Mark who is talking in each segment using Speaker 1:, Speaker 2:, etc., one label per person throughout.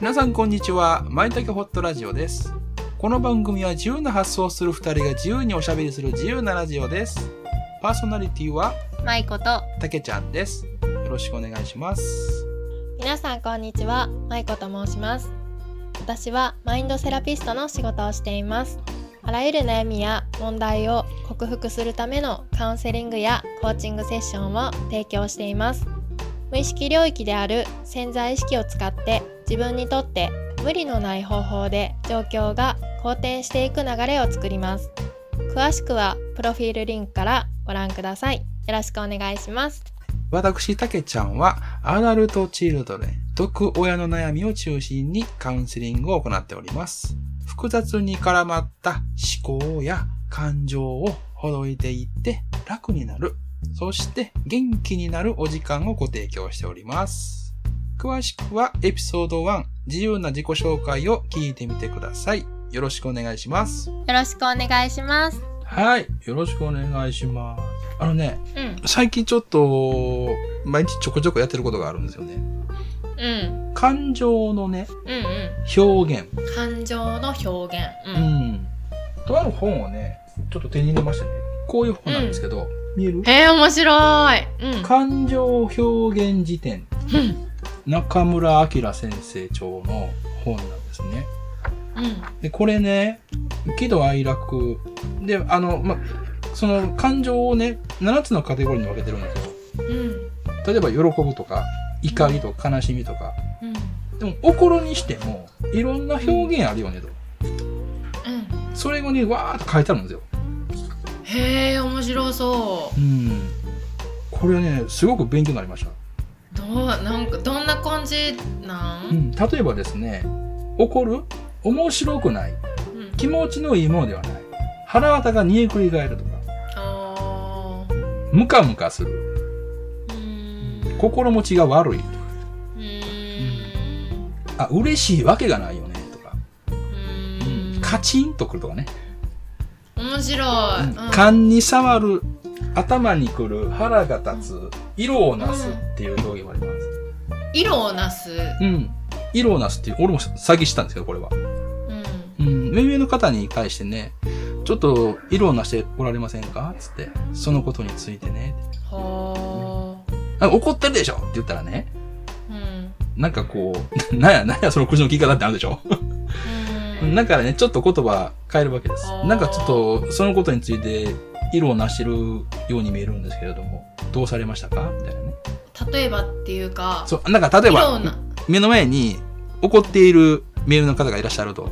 Speaker 1: 皆さんこんにちは。まいたけホットラジオです。この番組は自由な発想をする二人が自由におしゃべりする自由なラジオです。パーソナリティは
Speaker 2: まいこと
Speaker 1: たけちゃんです。よろしくお願いします。
Speaker 2: 皆さんこんにちはまいこと申します私はマインドセラピストの仕事をしていますあらゆる悩みや問題を克服するためのカウンセリングやコーチングセッションを提供しています無意識領域である潜在意識を使って自分にとって無理のない方法で状況が好転していく流れを作ります詳しくはプロフィールリンクからご覧くださいよろしくお願いします
Speaker 1: 私、たけちゃんはアダルトチルドレン、毒親の悩みを中心にカウンセリングを行っております。複雑に絡まった思考や感情をほどいていって楽になる。そして元気になるお時間をご提供しております。詳しくはエピソード1、自由な自己紹介を聞いてみてください。よろしくお願いします。
Speaker 2: よろしくお願いします
Speaker 1: はい。よろしくお願いします。あのね、
Speaker 2: うん
Speaker 1: 最近ちょっと、毎日ちょこちょこやってることがあるんですよね。
Speaker 2: うん
Speaker 1: 感情のね、
Speaker 2: うん
Speaker 1: 表現。
Speaker 2: うん感情の表現う、
Speaker 1: うんん。とある本をね、ちょっと手に入れましたね。こういう本なんですけど、見える
Speaker 2: えー、面白いうん
Speaker 1: 感情表現辞典。
Speaker 2: うん
Speaker 1: 中村明先生長の本なんですね。
Speaker 2: うん
Speaker 1: で、これね、喜怒哀楽。で、あの、ま、その感情をね、7つのカテゴリーに分けてるんですよ。
Speaker 2: うん
Speaker 1: 例えば、喜ぶとか、怒りとか、悲しみとか。
Speaker 2: うん
Speaker 1: でも、心にしても、いろんな表現あるよね、と。
Speaker 2: うん
Speaker 1: それ後にわーっと書いてあるんですよ。
Speaker 2: へえ面白そ
Speaker 1: うん。これね、すごく勉強になりました。
Speaker 2: うどうなんかどんな感じな
Speaker 1: うんん。例えばですね、怒る面白くない。
Speaker 2: うん
Speaker 1: 気持ちのいいものではない。腹渡が煮えくり返るとか、
Speaker 2: あー
Speaker 1: ムカムカする。
Speaker 2: うーん
Speaker 1: 心持ちが悪いとか。
Speaker 2: うーん
Speaker 1: あ、嬉しいわけがないよね、とか。
Speaker 2: うーん
Speaker 1: カチンとくるとかね。
Speaker 2: 面白い、うん
Speaker 1: 勘に触る、頭にくる、腹が立つ、色をなすっていう表現もあります。
Speaker 2: 色をなす
Speaker 1: うん。色をなすっていう、俺も詐欺したんですけど、これは。
Speaker 2: うん
Speaker 1: うん。目上の方に対してね、ちょっと色をなしておられませんかつって。そのことについてね。
Speaker 2: は
Speaker 1: あ怒ってるでしょって言ったらね、
Speaker 2: ーうん
Speaker 1: なんかこう、 なんや、なんやその口の聞き方ってあるでしょ
Speaker 2: うん
Speaker 1: だからね、ちょっと言葉変えるわけです。なんかちょっと、そのことについて、色をなしてるように見えるんですけれども、どうされましたかみたいなね。
Speaker 2: 例えばっていうか
Speaker 1: そう、なんか例え
Speaker 2: 色をな
Speaker 1: ば、目の前に怒っているメールの方がいらっしゃると。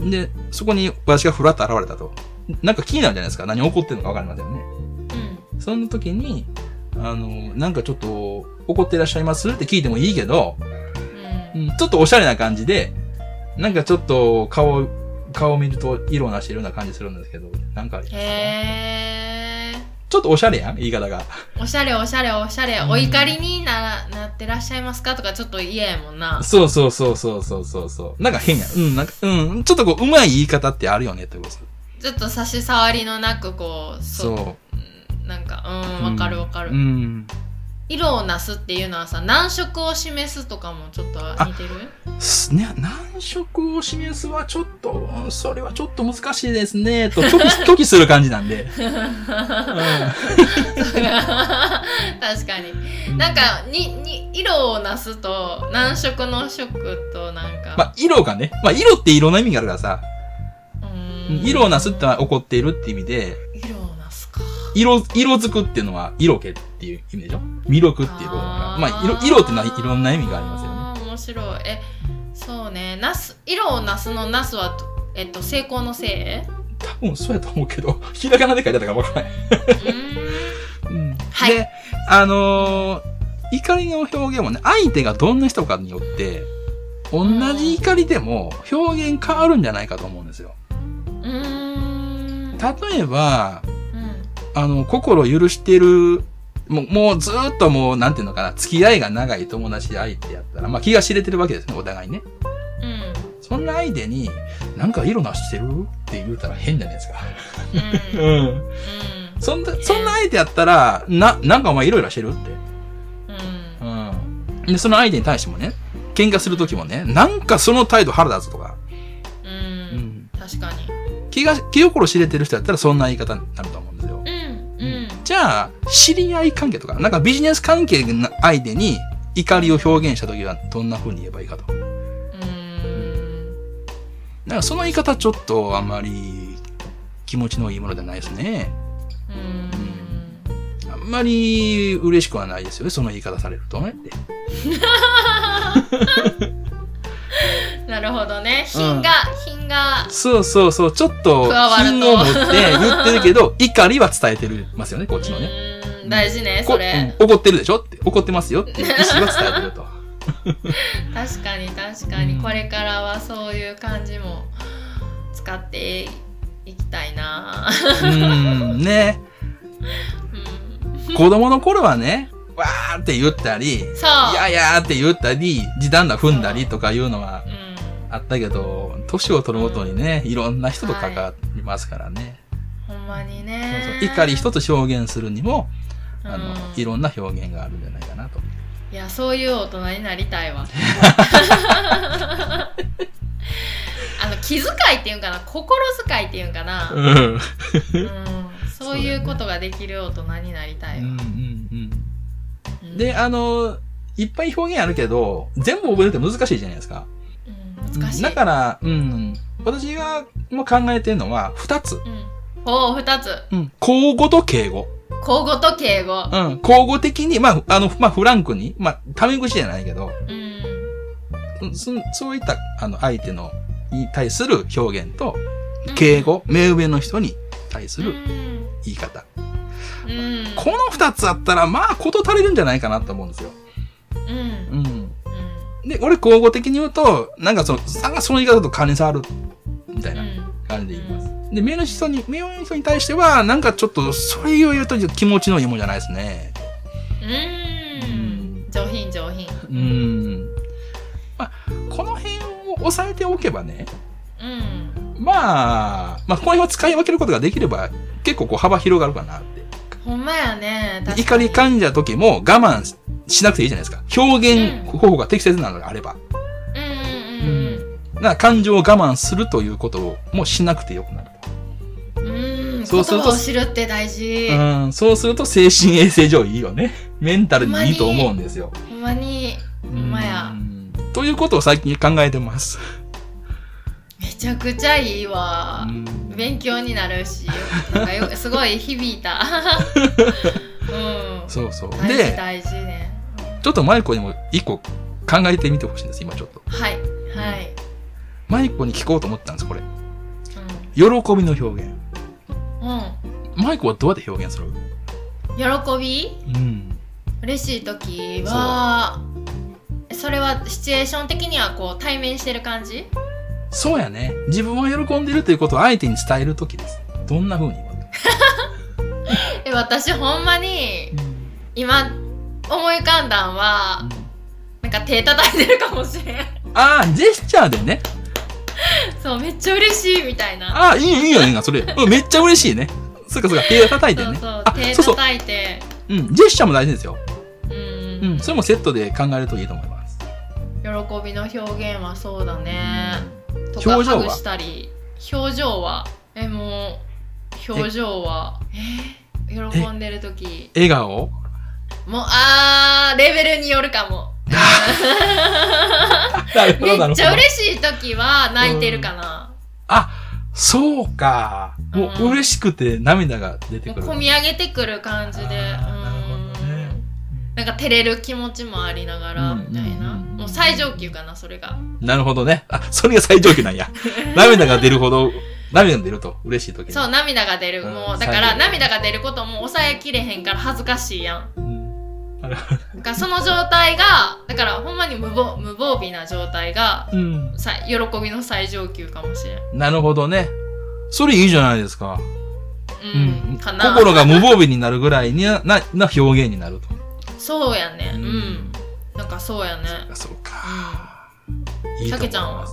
Speaker 2: うん
Speaker 1: で、そこに私がふらっと現れたと。なんか気になるじゃないですか。何怒ってるのかわかりませんよね。
Speaker 2: うん
Speaker 1: その時に、あの、なんかちょっと怒っていらっしゃいますって聞いてもいいけど、
Speaker 2: うん
Speaker 1: うんちょっとおしゃれな感じで、なんかちょっと顔、顔を見ると色をなしてるような感じするんですけど、なんか、ち
Speaker 2: へえ。
Speaker 1: ょっとおしゃれやん言い方が。
Speaker 2: おしゃれおしゃれおしゃれ、
Speaker 1: うん
Speaker 2: お怒りにななってらっしゃいますかとかちょっと嫌やもんな。
Speaker 1: そうそうそうそうそうそうそう。なんか変やん。うん、なんか、うん、ちょっとこう、うまい言い方ってあるよねってことです。
Speaker 2: ちょっと差し障りのなくこう、。
Speaker 1: そう
Speaker 2: うんなんか、
Speaker 1: う。
Speaker 2: うん、わかるわかる、
Speaker 1: うん。
Speaker 2: 色をなすっていうのはさ、難色を示すとかもちょっと似 てる
Speaker 1: すね、難色を示すはちょっと、うんそれはちょっと難しいですね、と、 拒否、拒否する感じなんで。
Speaker 2: 確かに。
Speaker 1: う
Speaker 2: なん、か、に、に、色をなすと、難色の色となんか、
Speaker 1: まあ、色がね、まあ、色っていろんな意味があるからさ、
Speaker 2: うん
Speaker 1: 色をなすってのは怒っているって意味で、
Speaker 2: 色をなすか。
Speaker 1: 色、色づくっていうのは、色気っていう意味でしょ魅力っていうことだから。まあ、色、色ってのはいろんな意味がありますよね。
Speaker 2: すよね。面白い。え、そうね。ナス、色をナスのナスは、えっと、成功のせいう
Speaker 1: 多分そうやと思うけど、ひらがなで書いてあったからわからない。
Speaker 2: ー
Speaker 1: うん。
Speaker 2: はい
Speaker 1: で、あのー怒りの表現もね、相手がどんな人かによって、同じ怒りでも表現変わるんじゃないかと思うんですよ。
Speaker 2: ん。うーん。
Speaker 1: 例えば、
Speaker 2: うん
Speaker 1: あの、心を許してる、もう、もうずーっともう、なんていうのかな、付き合いが長い友達相手やったら、まあ気が知れてるわけですね、お互いね。
Speaker 2: うん。
Speaker 1: そんな相手に、なんか色なしてるって言うたら変じゃないですか。
Speaker 2: うん。
Speaker 1: ん。そんな、そんな相手やったら、な、なんかお前色々してるって。
Speaker 2: うん。うん。
Speaker 1: うん。で、その相手に対してもね、喧嘩する時もね、なんかその態度腹立つとか、
Speaker 2: う、
Speaker 1: うんん、
Speaker 2: 確かに。
Speaker 1: 気が、気心知れてる人だったらそんな言い方になると思うんですよ。
Speaker 2: うん、
Speaker 1: う
Speaker 2: うんん。
Speaker 1: じゃあ、知り合い関係とか、なんかビジネス関係の相手に怒りを表現した時はどんな風に言えばいいかと。
Speaker 2: うーん。
Speaker 1: なんかその言い方ちょっとあんまり気持ちのいいものじゃないですね。
Speaker 2: うーん。
Speaker 1: あんまり嬉しくはないですよね、その言い方されるとねって。
Speaker 2: なるほどね。品が、品が。
Speaker 1: そうそうそう、ちょっと
Speaker 2: 加わる
Speaker 1: 品
Speaker 2: と
Speaker 1: を持って言ってるけど、怒りは伝えてますよね、こっちのね。
Speaker 2: うーん大事ね、
Speaker 1: こ
Speaker 2: そうれ。
Speaker 1: ん怒ってるでしょって、怒ってますよっていう意思は伝えて ると。
Speaker 2: 確かに確かに、
Speaker 1: うん
Speaker 2: これからはそういう感じも使っていきたいな。
Speaker 1: うーん、ね。
Speaker 2: うん、
Speaker 1: 子供の頃はね、わーって言ったり、い
Speaker 2: そう。
Speaker 1: やいやーって言ったり、時短だ踏んだりとかいうのは
Speaker 2: うん、
Speaker 1: あったけど、年を取るごとにね、いろんな人と関わりますからね。
Speaker 2: ほんまに
Speaker 1: そう
Speaker 2: ね。
Speaker 1: そう怒り一つ表現するにも、あの、
Speaker 2: うん
Speaker 1: いろんな表現があるんじゃないかなと。
Speaker 2: いやそういう大人になりた いわあの気遣いっていうんかな心遣いっていうんかな、うん
Speaker 1: うん。
Speaker 2: そういうことができる大人になりたい
Speaker 1: う
Speaker 2: わ、
Speaker 1: んうん
Speaker 2: う
Speaker 1: うんん。で、あの、いっぱい表現あるけど、全部覚えるって難しいじゃないですか。
Speaker 2: うん、難しい
Speaker 1: だから、うん。私がもう考えてるのは、二つ。
Speaker 2: うん、おお2つ
Speaker 1: うん。口語と敬語。
Speaker 2: 口語と敬語
Speaker 1: うん。口語的に、まあ、あの、まあ、フランクに、まあ、タメ口じゃないけど、
Speaker 2: うん
Speaker 1: うんそそういった、あの、相手の、に対する表現と、
Speaker 2: うん
Speaker 1: 敬語、目上の人に対す
Speaker 2: う
Speaker 1: る
Speaker 2: ん、
Speaker 1: 言い方。
Speaker 2: うん
Speaker 1: この二つあったら、まあ、こと足りるんじゃないかなと思うんですよ。
Speaker 2: うんうん
Speaker 1: うん。で、俺、口語的に言うと、なんかその、なんかその言い方と金差ある、みたいな感じで言います。で、目の人に、目の人に対しては、なんかちょっと、それを言うと気持ちのいいもんじゃないですね。
Speaker 2: うん上品上品
Speaker 1: うん。まあ、この辺を押さえておけばね、
Speaker 2: うん
Speaker 1: まあ、まあ、この辺を使い分けることができれば、結構こう幅広がるかなって。
Speaker 2: ほんまやね
Speaker 1: で怒り感じた時も我慢しなくていいじゃないですか。表現方法が適切なのであれば。
Speaker 2: うんうんうんうん
Speaker 1: な感情を我慢するということをもうしなくてよくなる。
Speaker 2: うん、
Speaker 1: そうすると
Speaker 2: 言葉を知るって大事。
Speaker 1: うん、そうすると精神衛生上いいよね。メンタルにいいと思うんですよ。
Speaker 2: ほんまに、ほんまや
Speaker 1: う。んということを最近考えてます。
Speaker 2: めちゃくちゃいいわ。
Speaker 1: うん
Speaker 2: 勉強になるし、なんかよすごい響 いた。うん。
Speaker 1: そうそう。
Speaker 2: 大事
Speaker 1: で、
Speaker 2: 大事ね。
Speaker 1: ちょっとマイコにも一個考えてみてほしいんです、今ちょっと。
Speaker 2: はい、はい。
Speaker 1: マイコに聞こうと思ったんです、これ。喜びの表現。
Speaker 2: うん。
Speaker 1: マイコはどうやって表現する
Speaker 2: うん。喜び
Speaker 1: うん。
Speaker 2: 嬉しい時は、それはシチュエーション的にはこう対面してる感じ
Speaker 1: そうやね。自分は喜んでるということを相手に伝えるときです。どんな風に言う
Speaker 2: え私ほんまに今思い浮かんだんは、なんか手叩いてるかもしれん。
Speaker 1: ああ、ジェスチャーでね。
Speaker 2: そう、めっちゃ嬉しいみたいな。
Speaker 1: ああ、いい、いいよね、それ。うんめっちゃ嬉しいね。そうか、そうか、手叩いて
Speaker 2: そう
Speaker 1: ね。
Speaker 2: そう、
Speaker 1: あ、
Speaker 2: 手
Speaker 1: そうそう。
Speaker 2: 叩いて。
Speaker 1: うん、ジェスチャーも大事ですよ。
Speaker 2: う
Speaker 1: うんん、、それもセットで考えるといいと思います。
Speaker 2: 喜びの表現はそうだね。とか
Speaker 1: 表情は
Speaker 2: ハグしたり、表情は、え、もう、表情は、えー喜んでる時
Speaker 1: 笑顔
Speaker 2: もう、あー、レベルによるかも。
Speaker 1: なるほ
Speaker 2: め
Speaker 1: ど、なる
Speaker 2: っ
Speaker 1: ほ
Speaker 2: ち
Speaker 1: ど
Speaker 2: ゃ。嬉しい時は泣いてるかな。
Speaker 1: そうか。もう
Speaker 2: うん
Speaker 1: 嬉しくて涙が出て
Speaker 2: もう
Speaker 1: くる。
Speaker 2: 込み上げてくる感じで。
Speaker 1: あー
Speaker 2: うん
Speaker 1: なるほどね
Speaker 2: なんか照れる気持ちもありながら、
Speaker 1: うん
Speaker 2: みたいな。
Speaker 1: うんうんうん
Speaker 2: もう最上級かな、それが。
Speaker 1: なるほどね。あ、それが最上級なん や。涙が出るほど、涙が出ると嬉しいとき。
Speaker 2: そう、涙が出る。
Speaker 1: うん
Speaker 2: もう、だ
Speaker 1: 最
Speaker 2: か
Speaker 1: 上
Speaker 2: ら
Speaker 1: 級
Speaker 2: 涙が出ることも抑えきれへんから恥ずかしいやん。
Speaker 1: うん。なるほど
Speaker 2: だからその状態が、だからほんまに無防無防備な状態が、
Speaker 1: うん。
Speaker 2: さ喜びの最上級かもしれん。
Speaker 1: なるほどね。それいいじゃないですか。
Speaker 2: うん、かな。
Speaker 1: 心が無防備になるぐらいにな、な、な表現になると。
Speaker 2: そうやね。う
Speaker 1: うん
Speaker 2: ん。なんかそうやね。
Speaker 1: あそうか。いいと思います
Speaker 2: さけちゃんは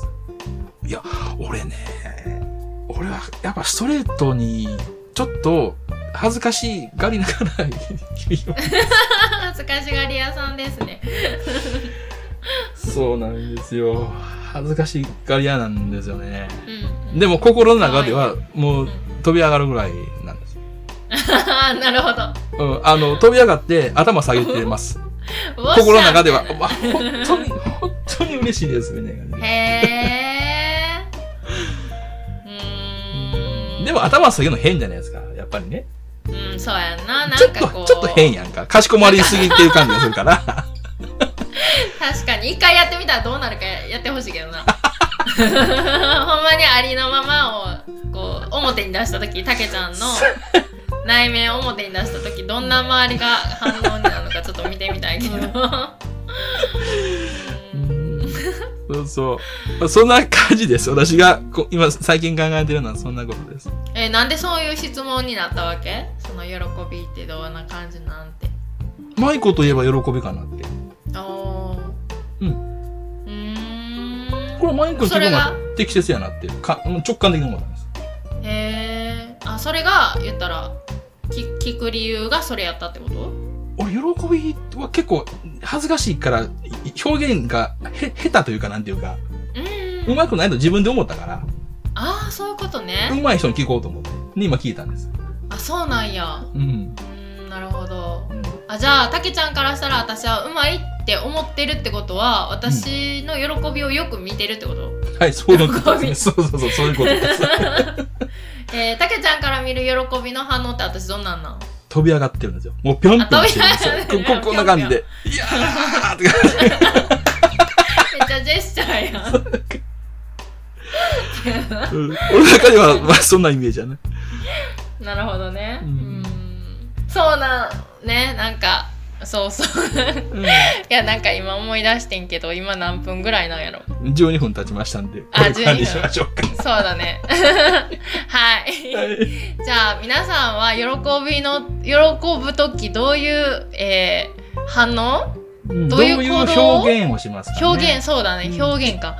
Speaker 2: い
Speaker 1: や、俺ね、俺はやっぱストレートに、ちょっと恥ずかしがりながら君を
Speaker 2: 恥ずかしがり屋さんですね。
Speaker 1: そうなんですよ。恥ずかしがり屋なんですよね。
Speaker 2: うん、
Speaker 1: で
Speaker 2: も
Speaker 1: も心の中ではもう
Speaker 2: う
Speaker 1: ん飛び上がるぐらいなんです。
Speaker 2: なるほど
Speaker 1: うん、あの、飛び上がって頭下げてます。心の中では、まあ、本当に、本当に嬉しいです、みたいな感じで。
Speaker 2: へえ。うーん。
Speaker 1: でも、頭下げるの変じゃないですか、やっぱりね。
Speaker 2: うん、そうやんな。なん
Speaker 1: ちょっ、
Speaker 2: かことう。
Speaker 1: ちょっと変やんか。かしこまりすぎっていう感じがするから。
Speaker 2: 確かに、一回やってみたらどうなるかやってほしいけどな。 ほんまにありのままを、こう、表に出したとき、たけ ちゃんの内面を表に出したとき、どんな周りが反応になるのかちょっと見てみたいけど。
Speaker 1: そうそう。そんな感じです。私がこ今、最近考えてるのはそんなことです。
Speaker 2: え、なんでそういう質問になったわけその喜びってどんな感じなんて。
Speaker 1: マイコといえば喜びかなって。
Speaker 2: おー
Speaker 1: うん
Speaker 2: うーん
Speaker 1: これマイコの
Speaker 2: そ
Speaker 1: 自
Speaker 2: れ
Speaker 1: 分
Speaker 2: が
Speaker 1: が適切やなっていうかもう直感的なものです。
Speaker 2: へえあそれが言ったらき聞く理由がそれやったってこと
Speaker 1: 俺、喜びは結構恥ずかしいから、い表現がへ、下手というかなんていうか、
Speaker 2: うん
Speaker 1: うまくないと自分で思ったから、
Speaker 2: ああそういうこと
Speaker 1: う
Speaker 2: ね
Speaker 1: まい人に聞こうと思って、で今聞いたんです。
Speaker 2: あそうなんや
Speaker 1: うん。
Speaker 2: うーんなるほど
Speaker 1: うん
Speaker 2: あじゃあたけちゃんからしたら私はうまいって思ってるってことは私の喜びをよく見てるってこと、
Speaker 1: はい、そういうことですね。そうそうそう、そういうことです。
Speaker 2: えーたけちゃんから見る喜びの反応って私どんなんなん
Speaker 1: 飛び上がってるんですよ。もうぴょんぴょんしてるんですよ
Speaker 2: あ飛び上が
Speaker 1: こ
Speaker 2: る
Speaker 1: ここんな感じで。いやーって感じで。
Speaker 2: めっちゃジェスチャーやん
Speaker 1: うん俺の中では、まあ、そんなイメージだね。
Speaker 2: なるほどね。う
Speaker 1: うん
Speaker 2: ん。そうなん、ね、なんか、そうそう。 いや、なんか今思い出してんけど、今何分ぐらいなんやろ。
Speaker 1: 12分経ちましたんで、こ
Speaker 2: あ
Speaker 1: れ管理しましょうか。
Speaker 2: そうだね。 は。
Speaker 1: はいい
Speaker 2: じゃあ、皆さんは喜びの、喜ぶときどういう、えー反応
Speaker 1: うん
Speaker 2: ど
Speaker 1: どう
Speaker 2: うい
Speaker 1: いうう
Speaker 2: 行動を
Speaker 1: 表現をしますか、ね、
Speaker 2: 表現、そうだね。
Speaker 1: うん
Speaker 2: 表現か。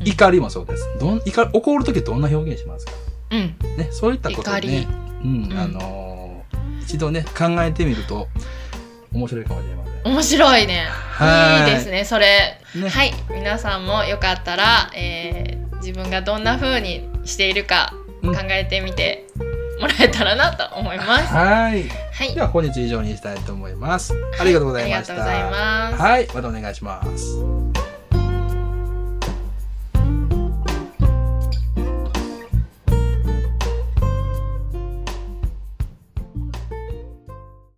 Speaker 1: 怒りもそうです。どん怒怒るときどんな表現しますか
Speaker 2: うん。
Speaker 1: ね、そういったこと
Speaker 2: 怒
Speaker 1: を
Speaker 2: り
Speaker 1: ね、うん
Speaker 2: うん
Speaker 1: あのー一度ね、考えてみると面白いかもしれません。
Speaker 2: 面白いね。
Speaker 1: はいーい
Speaker 2: いですね、それ。
Speaker 1: ね
Speaker 2: はい、皆さんもよかったら、えー自分がどんな風にしているか
Speaker 1: う
Speaker 2: 考
Speaker 1: ん
Speaker 2: えてみてもらえたらなと思います。は
Speaker 1: はい。
Speaker 2: い
Speaker 1: で、は本日以上にしたいと思います。ありがとうご
Speaker 2: あ
Speaker 1: ざい
Speaker 2: り
Speaker 1: ま
Speaker 2: が
Speaker 1: した。
Speaker 2: とうございます。
Speaker 1: はい、またお願いします。